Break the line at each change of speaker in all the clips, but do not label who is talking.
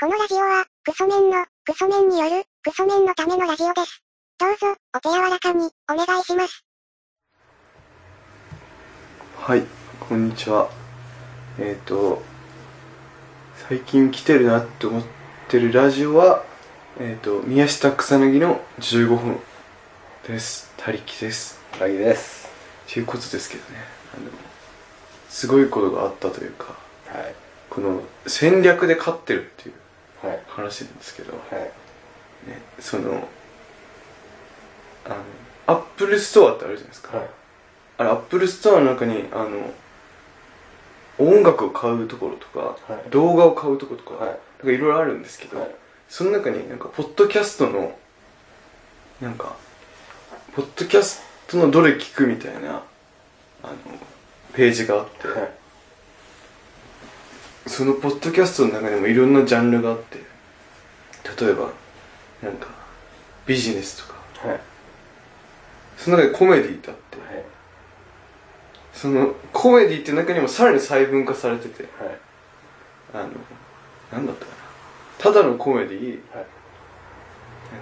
このラジオは、クソメンの、クソメンによる、クソメンのためのラジオです。どうぞ、お手柔らかに、お願いします。
はい、こんにちは。えっ、と、最近来てるなって思ってるラジオは、えっ、と、宮下草薙の15分です。他力です。
ラギです
っていうことですけどね。あのすごいことがあったというか、
はい
この戦略で勝ってるっていう
はい
話なんですけど、
はい
ね、その、あの、アップルストアってあるじゃないですか。あれ、アップルストアの中に、あの、音楽を買うところとか、
はい
動画を買うところとか、
はい
なんかいろいろあるんですけど、
はい
その中になんか、ポッドキャストの、なんか、ポッドキャストのどれ聞くみたいな、あの、ページがあって、
はい
そのポッドキャストの中にもいろんなジャンルがあって、例えば、なんか、ビジネスとか、
はい
その中でコメディーだって、
はい
そのコメディっていう中にもさらに細分化されてて
はい
あのなんだったかなただのコメディ
はい
なん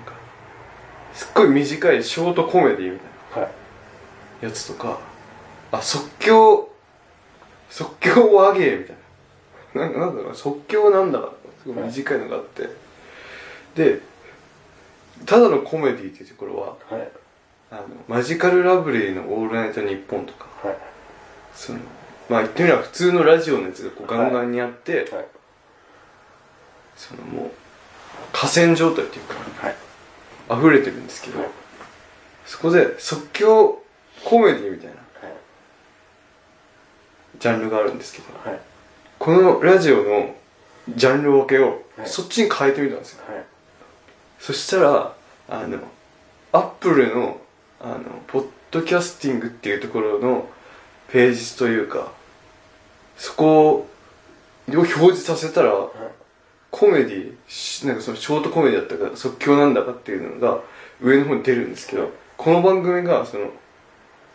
かすっごい短いショートコメディみたい
はい
なやつとかあ即興即興和芸みたいななんかなんだろう即興なんだかすごい短いのがあって、でただのコメディっていうところは
はいはい
あのマジカルラブリーの「オールナイトニッポン」とか
はい
そのまあ言ってみれば普通のラジオのやつがこうガンガンにあって、そのもう河川状態っていうか
はい
溢れてるんですけど、
はい
そこで即興コメディみたいなジャンルがあるんですけど
はい
このラジオのジャンル分けを
はい
そっちに変えてみたんですよ、
はい
そしたらあのアップルのあのポッドキャスティングっていうところのページというかそこを表示させたら、コメディしなんかそのショートコメディだったか即興なんだかっていうのが上の方に出るんですけどこの番組がその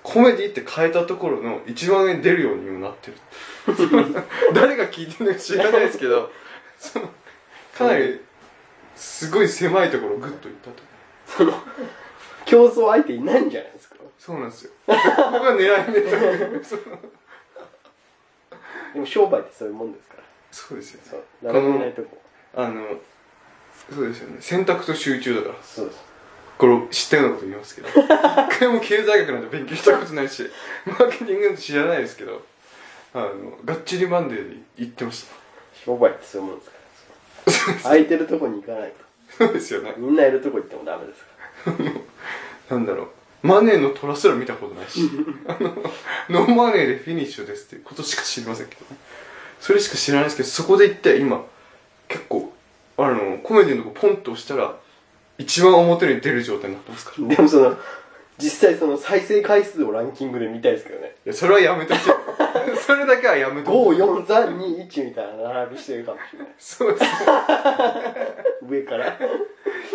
コメディって変えたところの一番上に出るようにもなってる 誰が聞いてるのか知らないですけどそのかなりすごい狭いところをグッといったと
その競争相手いないんじゃないですか
そうなんですよここが狙い目というその
でも商売ってそういうもんですから
そうですよね
そう並べないとこ
あのそうですよね選択と集中だから
そうです
これ知ったようなこと言います けど一回も経済学なんて勉強したことないしマーケティングなんて知らないですけどあのがっちりマンデーに行ってまし
商売ってそういうもんですから空いてるとこに行かない
た
と
そうですよね
みんないるとこ行ってもダメですか
なんだろうマネーの虎すら見たことないしあのノーマネーでフィニッシュですっていうことしか知りませんけどねそれしか知らないですけどそこで一体今結構あのコメディのとこポンと押したら一番表に出る状態になってますからい
らでもその実際その再生回数をランキングで見たいですけどね
やそれはやめてほしいそれだけはやめてほしい
54321みたいな並びしてるかもしれない
そうです
上から
い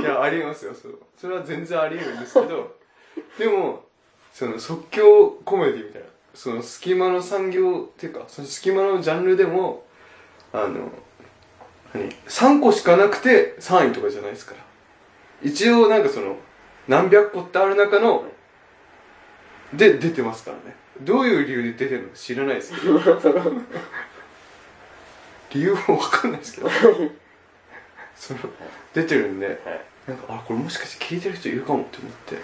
や、ありますよ、それは。それは全然あり得るんですけど、 でも、その即興コメディみたいな、その隙間の産業っていうか、その隙間のジャンルでも、あの、何 ?3 個しかなくて3位とかじゃないですから。一応なんかその、何百個ってある中の、で、出てますからね。どういう理由で出てるのか知らないですけど。 理由はわかんないですけど。 その、出てるんで、なんか、あ、これもしかして聞いてる人いるかもって思って。っ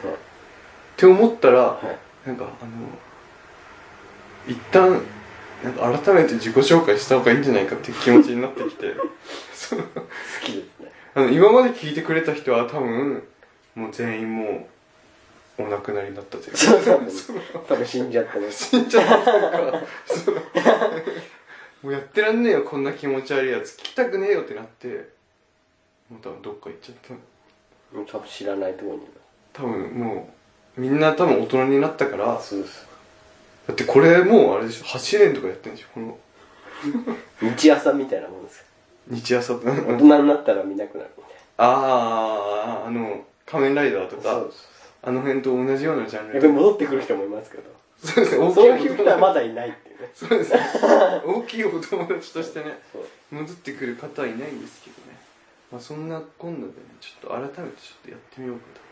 て思ったら、なんかあの一旦なんか改めて自己紹介した方がいいんじゃないかっていう気持ちになってきて その
好きですね
あの今まで聞いてくれた人は多分もう全員もうお亡くなりになったというか
そうそう多分死んじゃったね
死んじゃったというかそのもうやってらんねえよこんな気持ち悪いやつ聞きたくねえよってなってもう多分どっか行っちゃった
多分知らないところにいま
多分もうみんな多分大人になったから
すそうです
だってこれもうあれでしょ8年とかやってんでしょこの
日朝みたいなもんですよ
日朝って
大人になったら見なくなるみたい
あああの仮面ライダーと
な
か
そうです
あの辺と同じようなジャン
や
ル
っぱ
で
り戻ってくる人もいますけど
そうですね大き
そう
い
い
お
う人は
友
まだいないっていうね
そうですね大きいお友達としてね
そう
戻ってくる方はいないんですけどねまあ、そんなこんなでねちょっと改めてちょっとやってみようかと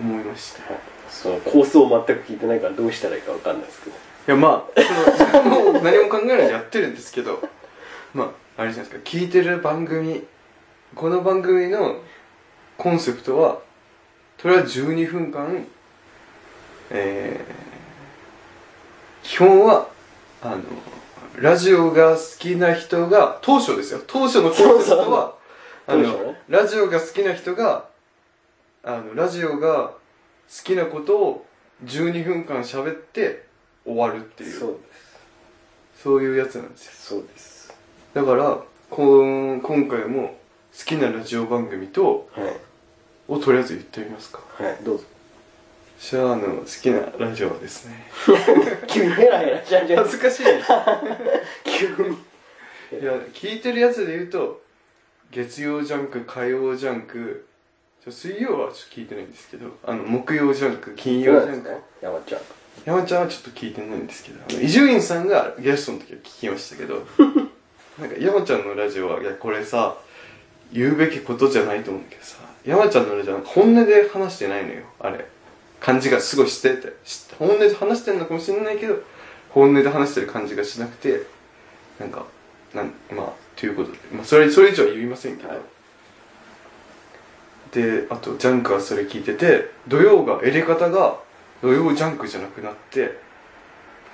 思いましたい
その構想を全く聞いてないからどうしたらいいかわかんないですけど
やまあそのもう 何も考えないでやってるんですけどまああれじゃないですか聞いてる番組この番組のコンセプトはとりあえず12分間えー、基本はあのラジオが好きな人が当初ですよ当初のコンセプトはあ
当初
の
ね
ラジオが好きな人があのラジオが好きなことを12分間喋って終わるっていう
そう
そういうやつなんですよ
ですそうです
だからこん今回も好きなラジオ番組と
はい
をとりあえず言ってみますか
はいどうぞ
シャアの好きなラジオはですね
急にヘラヘラしちゃうじゃん
恥ずかしいい
急に
や聞いてるやつで言うと月曜ジャンク火曜ジャンクちょ水曜はちょっと聞いてないんですけどあの木曜ジャンク金曜ジャンク
山ちゃん
山ちゃんはちょっと聞いてないんですけどあの伊集院さんがゲストの時は聞きましたけ どなんか山ちゃんのラジオはいやこれさ言うべきことじゃないと思うんだけどさ山ちゃんのラジオは本音で話してないのよあれ感じがすごいしててし本音で話してるのかもしれないけど本音で話してる感じがしなくてなんかなんまあということで、まあ、それそれ以上は言いませんけど、
はい
であとジャンクはそれ聞いてて土曜がエレカタが土曜ジャンクじゃなくなって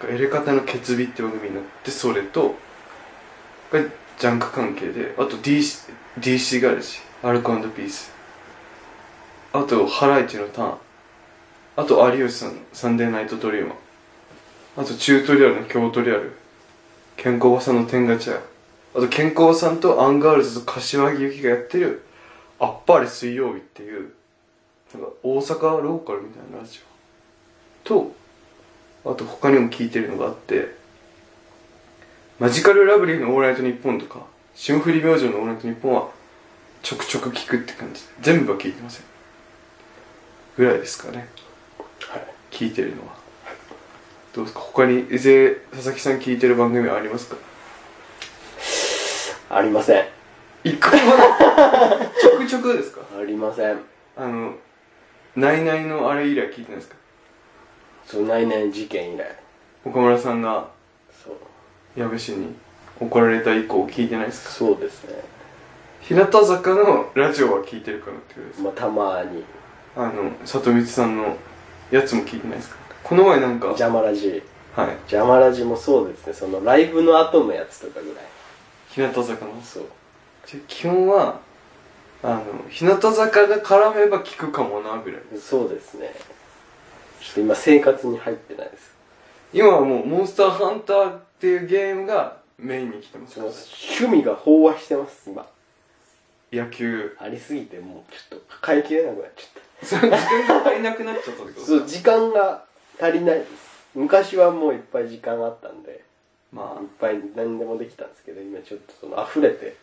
エレカタの決備って番組になってそれとがジャンク関係であと DC, DC ガレージアルコピースあとハライチのターンあと有吉さんのサンデーナイトドリーマーあとチュートリアルの京トリアルケンコバさんの天ガチャあとケンコバさんとアンガールズと柏木由紀がやってるあっぱれ水曜日っていうなんか大阪ローカルみたいなラジオとあと他にも聞いてるのがあってマジカルラブリーのオールナイトニッポンとか霜降り明星のオールナイトニッポンはちょくちょく聞くって感じ全部は聞いてませんぐらいですかね
はい
聞いてるのはどうですか他にいずれ佐々木さん聞いてる番組はありますか
ありません
一個もないちょくちょくですか
ありません
あの「ナイナイ」のあれ以来聞いてないですか
そうないね事件以来
岡村さんが
そう
矢部氏に怒られた以降聞いてないですか
そうですね
日向坂のラジオは聞いてるかなってことです
まあたまに
あの里光さんのやつも聞いてないですかこの前なんか
ジャマラジ
はい
ジャマラジもそうですねそのライブの後のやつとかぐらい
日向坂の
そう
じゃあ基本はあの日向坂が絡めば聞くかもなぐらい
そうですねちょっと今生活に入ってないです
今はもうモンスターハンターっていうゲームがメインに来てます
もう趣味が飽和してます今
野球
ありすぎてもうちょっと抱えきれなくなっちゃっ
それ時間が足りなくなっちゃったってこ
た
と
そう時間が足りないです昔はもういっぱい時間あったんで
ま
いっ
あ
ぱい何でもできたんですけど今ちょっとその溢れて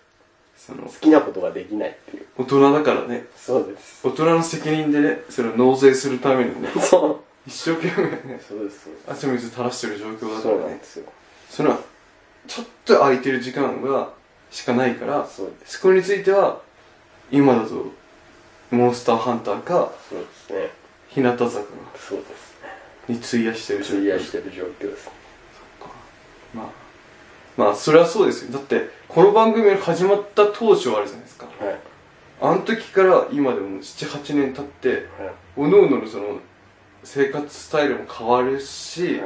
その
好きなことができないっていう
大人だからね
そうです
大人の責任でねそれを納税するためにね
そう
一生懸命ね
そうですそうです
汗水垂らしてる状況だか
そう
ら
なん
ね
ですよ
そのちょっと空いてる時間がしかないから
そうです
そこについては今だとモンスターハンターか
そうですね
日向坂
そうですね
に費やしてる状況
費やしてる状況ですね
まあまあそれはそうですよだってこの番組が始まった当初はあるじゃないですか
はい
あの時から今でも78年経って
は
おのおののその生活スタイルも変わるし、
い
思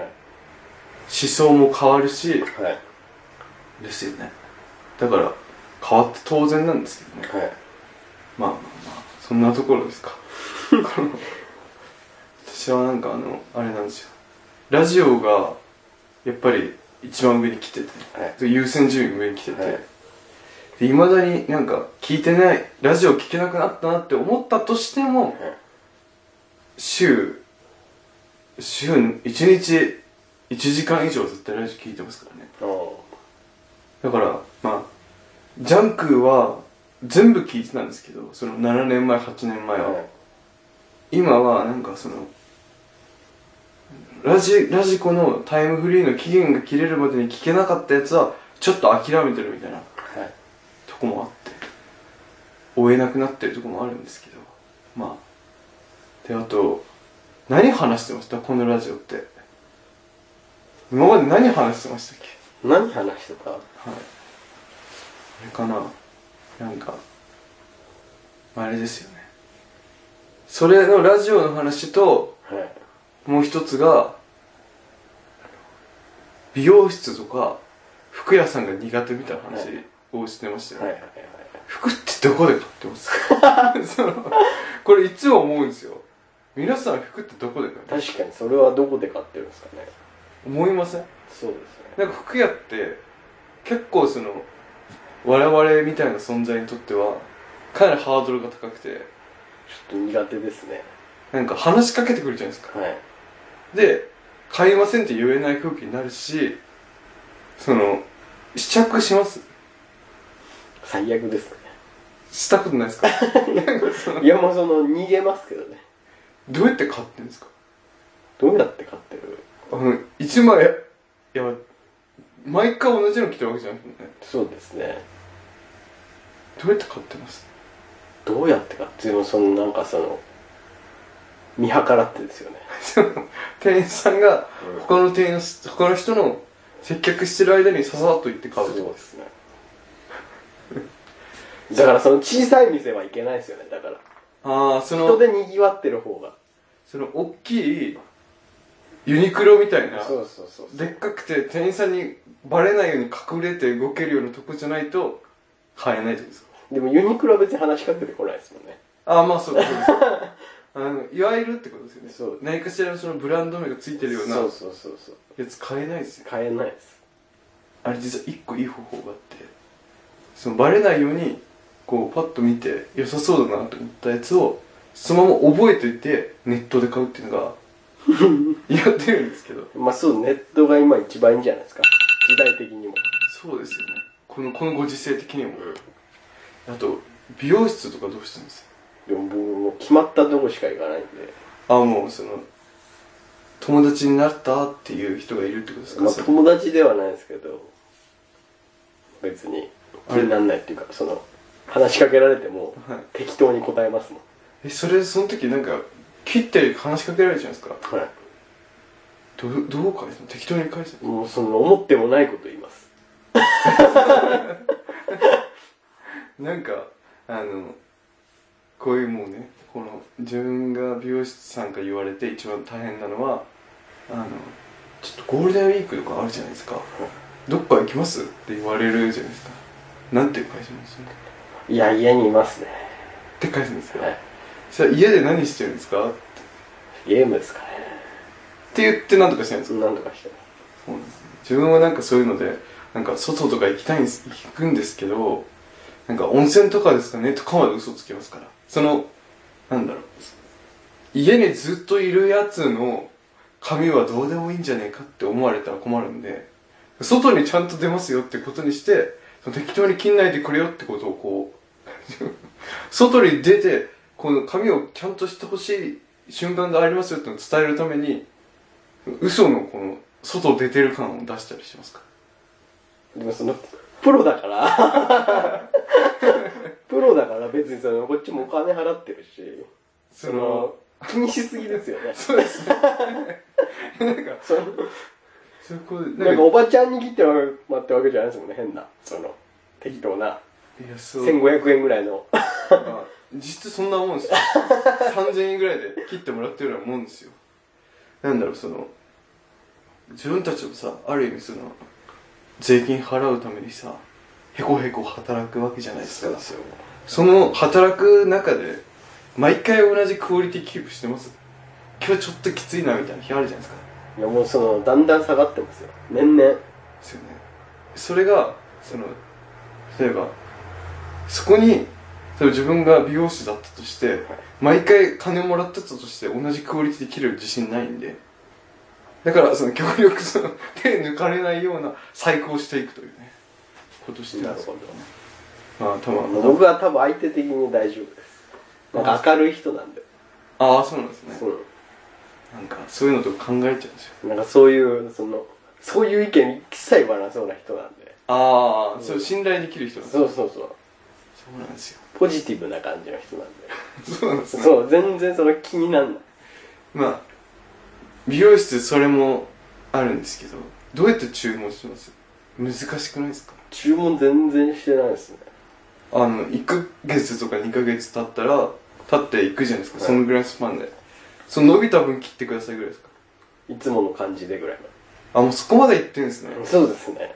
想も変わるし
はい
ですよねだから変わって当然なんですけどね
はい
まあまあまあそんなところですか この私はなんかあのあれなんですよラジオがやっぱり一番上に来て
はい
て優先順位上に来てて、
はい
でいまだになんか聞いてないラジオ聞けなくなったなって思ったとしても
はい
週週1日1時間以上絶対ラジオ聞いてますからね
お
だからまあジャンクは全部聞いてたんですけどその7年前8年前
ー
は、
はい
今はなんかそのラジラジコのタイムフリーの期限が切れるまでに聞けなかったやつはちょっと諦めてるみたいな
はい
とこもあって追えなくなってるとこもあるんですけどまあであと何話してましたこのラジオって今まで何話してましたっけ
何話してた
はい。あれかななんか、あれですよね。それのラジオの話と、
はい
もう一つが、美容室とか、服屋さんが苦手みたいな話をしてましたよ
は
ね。
いはいはい
服ってどこで買ってますか そのこれいつも思うんですよ。皆さん服ってどこで買ってます
確かにそれはどこで買ってるんですかね
思いません
そうです
な
ね
んか服屋って結構その我々みたいな存在にとってはかなりハードルが高くて
ちょっと苦手ですね
なんか話しかけてくるじゃないですか
はい
で買いませんって言えない空気になるしその試着します
最悪ですね
したことないですかなんかその
いやもうその逃げますけどね
どうやって買ってるんですか
どうやって買ってる
あの1枚いや毎回同じの着てるわけじゃないですもんね
そうですね
どうやって買ってます
どうやって買ってもそのなんかその見計らってですよね
その店員さんが他の店員の他の人の接客してる間にささっと行って買うと
そうですねだからその小さい店はいけないですよねだから
ああそ
人
の
でにぎわってる方が
その大きいユニクロみたいな
そうそうそうそう
でっかくて店員さんにバレないように隠れて動けるようなとこじゃないと買えないってことですか
でもユニクロは別に話しかけてこないですもんね
ああまあそうですそうです あのいわゆるってことですよね
そう
何かしらのそのブランド名がついてるような
そうそうそうそう
やつ買えないですよ
買えないです
あれ実は一個いい方法があってそのバレないようにこうパッと見て良さそうだなと思ったやつをそのまま覚えておいてネットで買うっていうの がやってるんですけど
まあそうネットが今一番いいんじゃないですか時代的にも
そうですよねこのこのご時世的にもあと美容室とかどうしてるんです
でも僕もう決まったとこしか行かないんで
かあもうその友達になったっていう人がいるってことですか、
まあ
それ
友達ではないですけど別に気になんないっていうかその話しかけられても
はい
適当に答えますもん
えそれその時なんか切って話しかけられるじゃないですか
はい
どうどう返すの適当に返すの
もうその思ってもないこと言います
なんかあのこういうもうねこの自分が美容師さんから言われて一番大変なのはあのちょっとゴールデンウィークとかあるじゃないですかどっか行きますって言われるじゃないですかなんて返します
いや家にいますね
って返すんですか、
はい
そしたら家で何してるんですかって
ゲームですかね
言って何とかしてるんですか
なんとかして
そうなんですね自分はなんかそういうのでなんか外とか行きたいんです行くんですけどなんか温泉とかですかねとかまで嘘つきますからそのなんだろう家にずっといるやつの髪はどうでもいいんじゃねえかって思われたら困るんで外にちゃんと出ますよってことにしてその適当に切んないでくれよってことをこう 外に出てこの髪をちゃんとしてほしい瞬間がありますよってのを伝えるために嘘のこの外出てる感を出したりしますか
でもそのプロだからプロだから別にそのこっちもお金払ってるし
そ
その
の
気にしすぎですよね
そうですねなんか
その
そこで
なんかおばちゃんに切ってもらってるわけじゃないですもんね変なその適当ない
やそう
1500円ぐらいの
あ実質そんなもん ですよ3000円ぐらいで切ってもらってるようなもんですよなんだろうその自分たちもさある意味その税金払うためにさへこへこ働くわけじゃないですか
よ
その働く中で毎回同じクオリティキープしてます今日ちょっときついなみたいな日あるじゃないですか
いやもうそのだんだん下がってますよ年々
ですよねそれがその例えばそこに例えば自分が美容師だったとして、毎回金もらってたとして同じクオリティで切れる自信ないんでだからその極力その手抜かれないような細工をしていくというねことをしてるんですよ
なる
まあ多分
僕は多分相手的に大丈夫ですなんか明るい人なんで
ああそうなんですね
う
なんかそういうのとか考えちゃうんですよ
んなんかそういうそのそういう意見一切言わなそうな人なんで
ああ、そう信頼できる人なんです
そうそうそう
そうなんですよ。
ポジティブな感じの人なんで
そうなんですね。
そう全然その気になんない
まあ、美容室それもあるんですけど、どうやって注文します難しくないですか
注文全然してないですね
あの、1ヶ月とか2ヶ月経ったら、経っていくじゃないですか。
はい
そのぐらいのスパンで。その伸びた分切ってくださいぐらいですか
いつもの感じでぐらい
あ、もうそこまで行ってるんですね。
のそうですね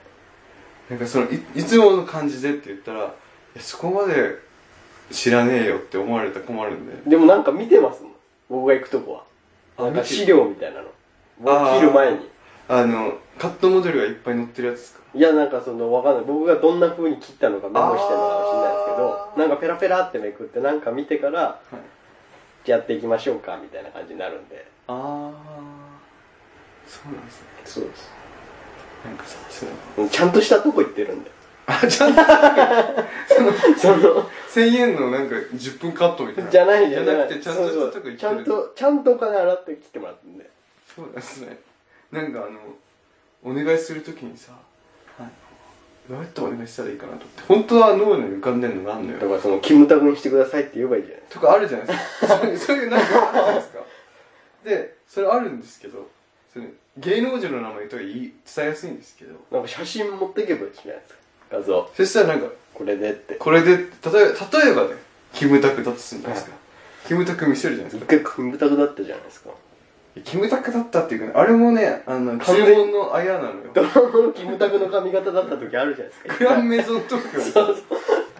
なんかそのい、いつもの感じでって言ったら、いや、そこまで知らねえよって思われたら困るんで。
でもなんか見てますもん僕が行くとこはなんか資料みたいなの
あー
僕切る前に
あの、カットモデルがいっぱい載ってるやつですか
いやなんかそのわかんない僕がどんな風に切ったのかメモしてるのかもしれないです
あ
け
ー
どなんかペラペラってめくってなんか見てから
はい。
やっていきましょうかみたいな感じになるんで
ああそうなんですね。
そうです
なんかさ、その、
ちゃんとしたとこ行ってるんで
あ、ちゃんと、
その
1000円のなんか10分カットみたいな。
じゃないじゃない
なくて、ちゃんとしたとこ行ってる。
そうそうちゃん。とちゃんとお金洗ってきてもらってんで
そうなんですね。なんかあの、お願いするときにさ、はい。どうやってお願いしたらいいかなと思って。本当は脳内に浮かんでるのがあんの
だ
よ。
からそのキムタクにしてくださいって言えばいいじゃない
とかあるじゃないですか。そういうそういうなんかあるじゃないですか。で、それあるんですけど、それ芸能人の名前とか言い伝えやすいんですけど、
なんか写真持っていけばいいじゃないですか画像
そしたらなんか、
これでって
これで、例えば、例えばね、キムタクだとするじゃないですか。キムタク見せるじゃないで
一
すか。
回キムタクだったじゃないですか
キムタクだったっていうかね、あれもね、あの、注
完全
文のあやなのよ
ド。ラマのキムタクの髪型だった時あるじゃないですか
グランメゾン東京
そうそう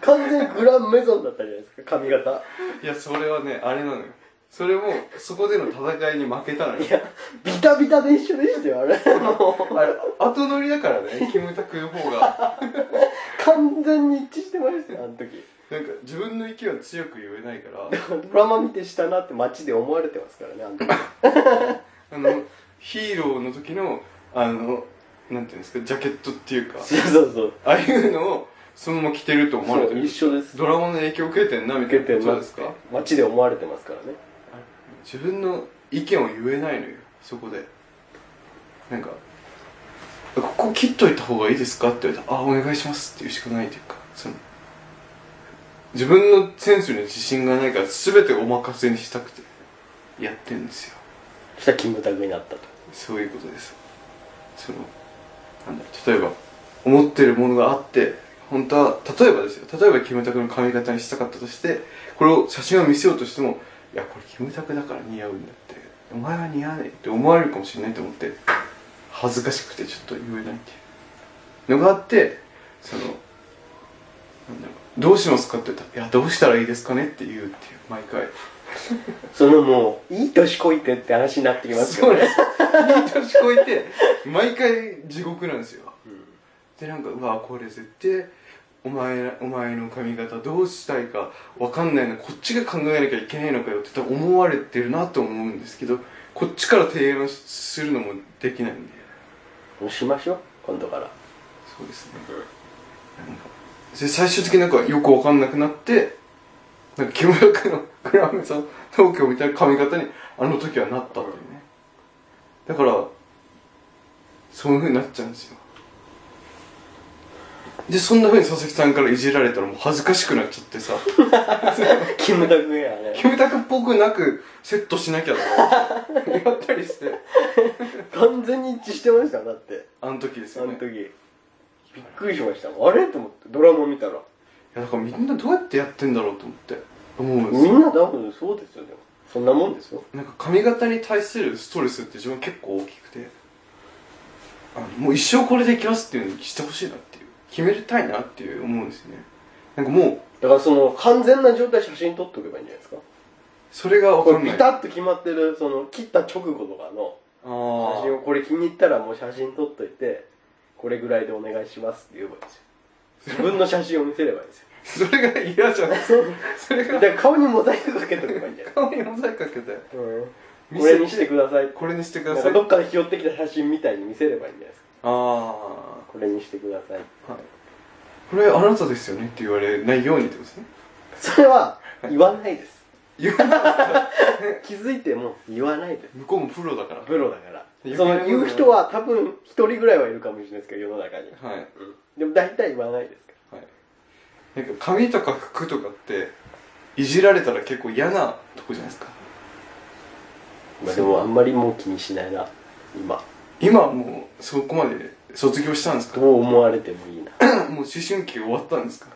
完全にグランメゾンだったじゃないですか髪型
いや、それはね、あれなのよ。それも、そこでの戦いに負けたのよ
い。やビタビタで一緒でしたよあれ もう
あれ、後乗りだから ね、キムタクの方が。
完全に一致してましたよあの時
なんか、自分の意見は強く言えないから。
ドラマ見てしたなって街で思われてますからねあ の時
あの、ヒーローの時の、あの、なんていうんですか、ジャケットっていうか、
そうそう
ああいうのを、そのまま着てると思われ
そ
て
う
る
一。緒です
ドラマの影響を受けてんな、みたいなことですか
街で思われてますからね
自分の意見を言えないのよ、そこで。なんか、ここ切っといた方がいいですかって言われたら、あ、お願いしますって言うしかないというか、その、自分のセンスに自信がないから、全てお任せにしたくて、やってんですよ。
そしたらキムタクになったと
そういうことですそのなんだ例えば思ってるものがあって本当は例えばですよ例えばキムタクの髪型にしたかったとしてこれを写真を見せようとしてもいやこれキムタクだから似合うんだってお前は似合わないって思われるかもしれないと思って恥ずかしくてちょっと言えないっていうのがあってそのなんだろうどうしますかって言ったら「いやどうしたらいいですかね?」って言うっていう毎回
そのもういい年こいてって話になってきますけ
そ
ど
うで
ね
すいい年こいて毎回地獄なんですよでなんかうわこれ絶対お前らお前の髪型どうしたいかわかんないなこっちが考えなきゃいけないのかよって多分思われてるなと思うんですけどこっちから提案するのもできないんで
うんしましょう今度から
そうですねなんかで最終的になんかよくわかんなくなってなんか木村君のグラムさん東京みたいな髪型にあの時はなったっていうねだからそういう風になっちゃうんですよでそんな風に佐々木さんからいじられたらもう恥ずかしくなっちゃって さ
キムタクやね
キムタクっぽくなくセットしなきゃとか やったりして
完全に一致してましたよだって
あの時です
あ
よ
の
ね
時びっくりしましたもんあれと思ってドラマ見たら
いやだからみんなどうやってやってんだろうと思って思うんですよ
みんな多分そうですよでもそんなもんですよ
なんか髪型に対するストレスって自分結構大きくてあのもう一生これでいきますっていうのにしてほしいなっていう決めたいなっていう思うんですねなんかもう
だからその完全な状態写真撮っとけばいいんじゃないですか
それが
こ
分か
れ
ん
ビ
ない
タッと決まってるその切った直後とかの
あ
写
ー
真をこれ気に入ったらもう写真撮っといてこれぐらいでお願いしますって言えばいいんですよ自分の写真を見せればいいんですよ
それが嫌じゃんそれ
だ
が
から顔にモザイクかけとけばいいんじゃない
顔にモザイクかけて
うん、これにしてください
これにしてく
な
ださ
んか
い
どっかで拾ってきた写真みたいに見せればいいんじゃないですか
ああ
これにしてください
はいこれあなたですよねって言われないようにってことですね
それは言わないです
言わない
気づいても言わないです
向こうもプロだから
プロだから
言う
その言う人は多分一人ぐらいはいるかもしれないですけど世の中に
はい
でも大体言わないですか
はいなんか髪とか服とかっていじられたら結構嫌なとこじゃないですか
まあでもあんまりもう気にしないな今
今はもうそこまで卒業したんですか
ど
も
う思われてもいいな
う思春期終わったんですか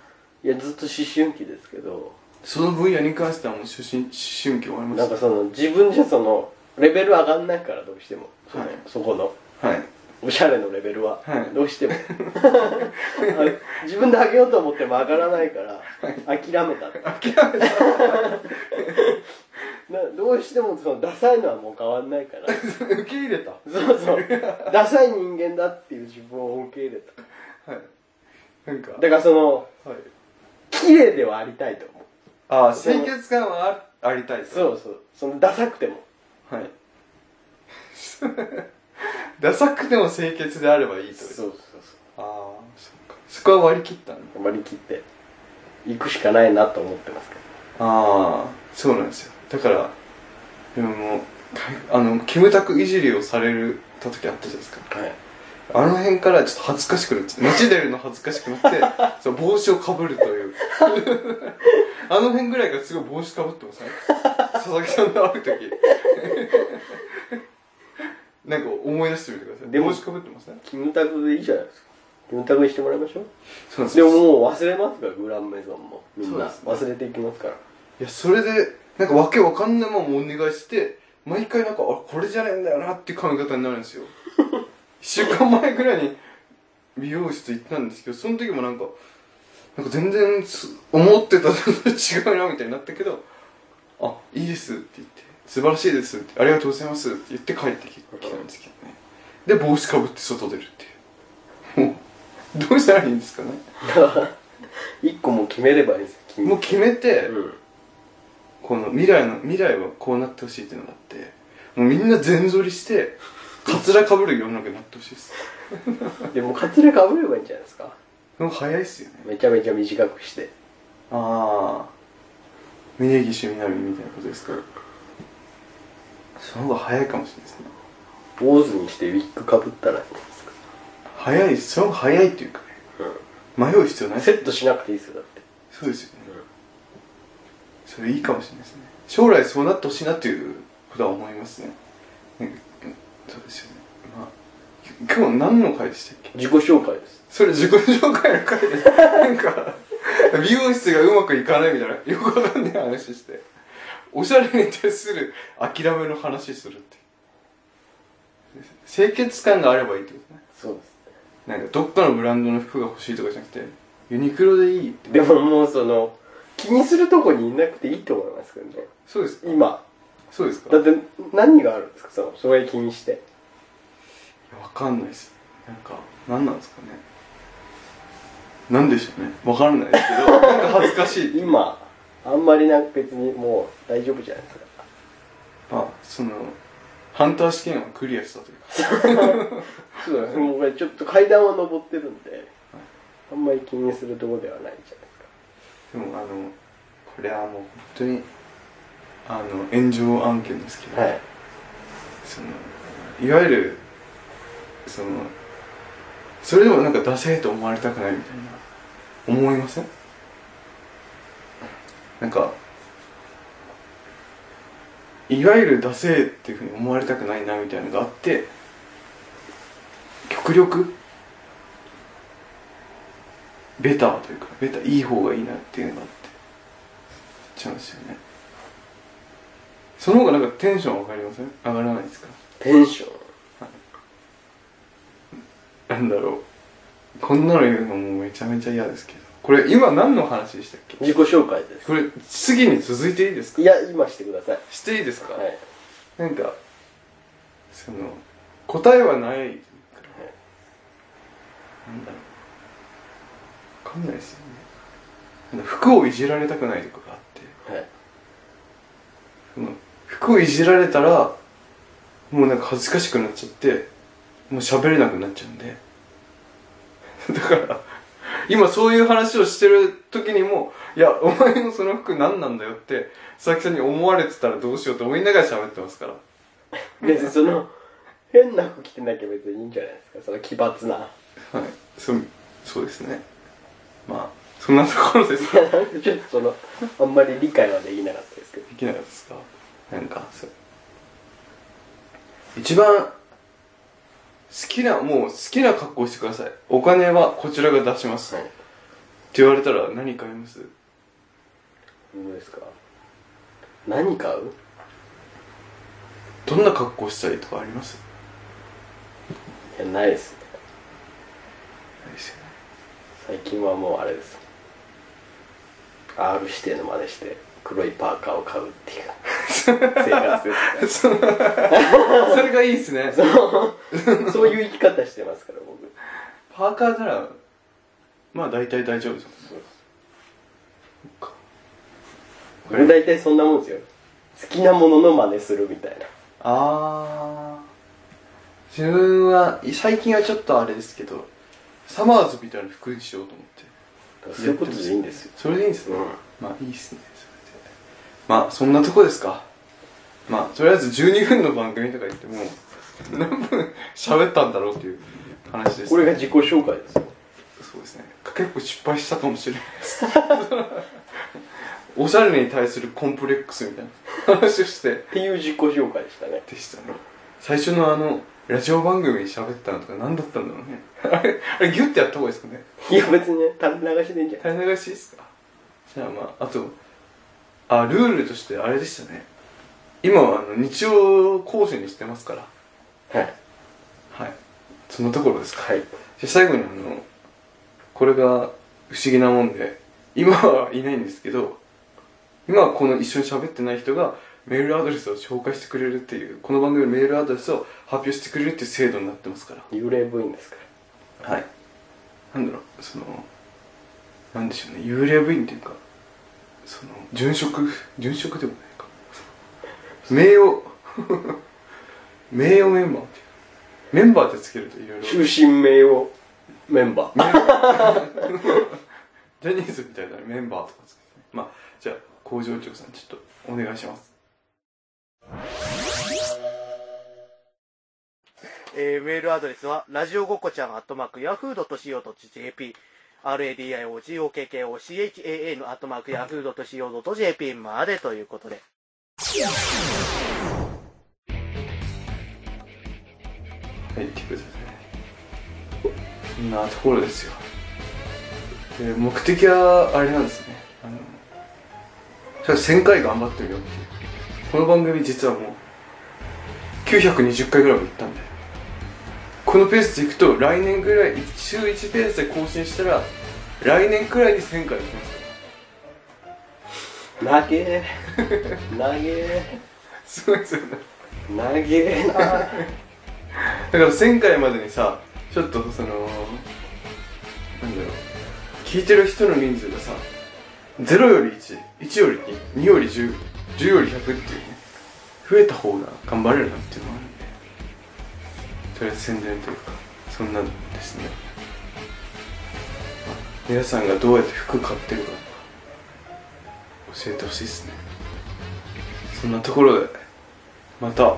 いやずっと思春期ですけど
その分野に関してはもう初心思春期終わりま
なんか
し
その自分じゃそのレベル上がんないからどうしてもその
はい
そこの
たはい
おしゃれのレベルは、
はい
どう してもあの自分で上げようと思っても上がらないから、諦めた諦めた どうしてもそのダサいのはもう変わんないから
受け入れたは
そうそうダサい人間だっていう自分を受け入れた
いなんか
だからその
はい
綺麗ではありたいと思う
ああ清潔感はあありたいと
そうそうそのダサくても
はい ダサくても清潔であればいいと
そうそうそう
ああそっかそこは割り切ったんだ
割り切って行くしかないなと思ってますけ
ああそうなんですよだからでももうあのキムタクいじりをされるた時あったじゃないですか
どはい
あの辺からちょっと恥ずかしくなっちゃって街出るの恥ずかしくなって そう帽子をかぶるという あの辺ぐらいからすごい帽子かぶってますね佐々木さんと会う時 なんか思い出してみてください
でも
帽子かぶってますね
キムタクでいいじゃないですかキムタクにしてもらいましょう
そうなんです
でも
よ
もう忘れますからグランメゾンもみんな
そうです
忘れていきますから
いやそれでなんかわけわかんないままお願いして毎回なんかあこれじゃねえんだよなっていう髪型になるんですよ一週間前ぐらいに美容室行ったんですけどその時もなんかなんか全然す思ってたのと違うなみたいになったけど「あいいです」って言って「素晴らしいです」って「ありがとうございます」って言って帰ってききたんですけどねで帽子かぶって外出るっていうもうどうしたらいいんですかね
一個もう決めればいいですキム
もう決めて、
うん
この未来の未来はこうなってほしいっていうのがあってもうみんな全剃りしてカツラかぶる世の中になってほしいです
でもカツラかぶればいいんじゃないですか
もう早いっすよね
めちゃめちゃ短くして
ああ峯岸みなみみたいなことですかその方が早いかもしれないですね
坊主にしてウィッグかぶったらいいんじゃないですか
早いその方が早いっていうかね迷う必要ない
セットしなくていいですよだって
そうですよねそれいいかもしれないですね将来そうなってほしいなっていうことは思いますねねうんそうですよねまあ今日何の回でしたっけ
自己紹介です
それ自己紹介の回でなんか美容室がうまくいかないみたいなよくわかんない話しておしゃれに対する諦めの話するって清潔感があればいいってことね
そうです
なんかどっかのブランドの服が欲しいとかじゃなくてユニクロでいいって
でももうその気にするとこにいなくていいと思いますけどね
そうですか
今
そうですか
だって何があるんですかそのそれ気にして
いやわかんないですなんか何なんですかねなんでしょうねわかんないですけどなんか恥ずかしいっていう
今あんまりなんか別にもう大丈夫じゃないですか
まあそのハンター試験をクリアしたというか
そうですねもうこれちょっと階段を登ってるんで、あんまり気にするところではないじゃないですか
でもあのこれはもう本当にあの炎上案件ですけど、
はい
そのいわゆるそのそれでもなんかダセーと思われたくないみたいな思いませんなんかいわゆるダセーっていうふうに思われたくないなみたいなのがあって極力ベターというかベターいい方がいいなっていうのがあって言っちゃうんですよねその方がなんかテンション上がりません上がらないですか
テンション
なんだろうこんなの言うのもうめちゃめちゃ嫌ですけどこれ今何の話でしたっけ
自己紹介です
これ次に続いていいですか
いや今してください
していいですか、
はい
なんかその答えはないからなんだろうわかんないですよねなんか服をいじられたくないとかがあって
はい
その服をいじられたらもうなんか恥ずかしくなっちゃってもう喋れなくなっちゃうんで だから今そういう話をしてる時にもいやお前のその服何なんだよって佐々木さんに思われてたらどうしようと思いながら喋ってますから
別にその変な服着てなきゃ別にいいんじゃないですかその奇抜な
はい、そうそうですねまあそんなところです
いやなんかちょっとそのあんまり理解はできなかったですけど
できなかったですかなんかそう一番好きなもう好きな格好してくださいお金はこちらが出します、
はい
って言われたら何買います
どうですか何買う
どんな格好したりとかあります
いやないですね
ないですよね
最近はもうあれです R 指定の真似して黒いパーカーを買う っていう生活です
そそれがいいですね
ねそういう生き方してますから僕
パーカーならまあ大体大丈夫ですもんねそっか
俺大体そんなもんですよ好きなものの真似するみたいな
あー自分は最近はちょっとあれですけどサマーズみたいな服にしようと思って
そういうことでいいんですよ
それでいいんですね、
うん
まあいいっすねそれでまあそんなとこですかまあとりあえず12分の番組とか言ってもう何分喋ったんだろうっていう話です、ね、
これが自己紹介ですよ
そうですね結構失敗したかもしれないです おしゃれに対するコンプレックスみたいな話をして
っていう自己紹介でしたね
でしたね最初のあのラジオ番組に喋ったのとか何だったんだろうねあれあれギュッてやった方がいいですかね
いや別にね垂れ流しでいいんじゃない
垂れ流しですかじゃあまああとあルールとしてあれでしたね今はあの日曜講師にしてますから
はい
はいそのところですか
はい
じゃあ最後にあのこれが不思議なもんで今はいないんですけど今はこの一緒に喋ってない人がメールアドレスを紹介してくれるっていうこの番組のメールアドレスを発表してくれるっていう制度になってますから
幽霊部員ですから
はいなんだろうそのなんでしょうね幽霊部員っていうかその殉職殉職でもないか名誉 名誉メンバーっていうメンバーってつけるといろいろ
中心名誉メンバー
ジャニーズみたいなメンバーとかですね。まあ、じゃあ、工場長さん、ちょっとお願いします。
えーメールアドレスは、ラジオごこちゃん、アットマーク、ヤフードとしようと JP、radiogokochan、アットマーク、ヤフードとしようと JP までということで。
はい、ってください。そんなところですよ。で、目的は、あれなんですね。あの、じゃあ1000回頑張ってみようっていう。この番組実はもう、920回ぐらいも行ったんで。このペースでいくと、来年ぐらい、週1ペースで更新したら、来年くらいに1000回行きますから
投げー投げー
すごいですよね。
投げーな
だから1000回までにさちょっとそのなんだろう聞いてる人の人数がさ0より11より22より1010より100っていうね増えた方が頑張れるなっていうのがあるんでとりあえず宣伝というかそんなのですね皆さんがどうやって服買ってるか教えてほしいですねそんなところでまた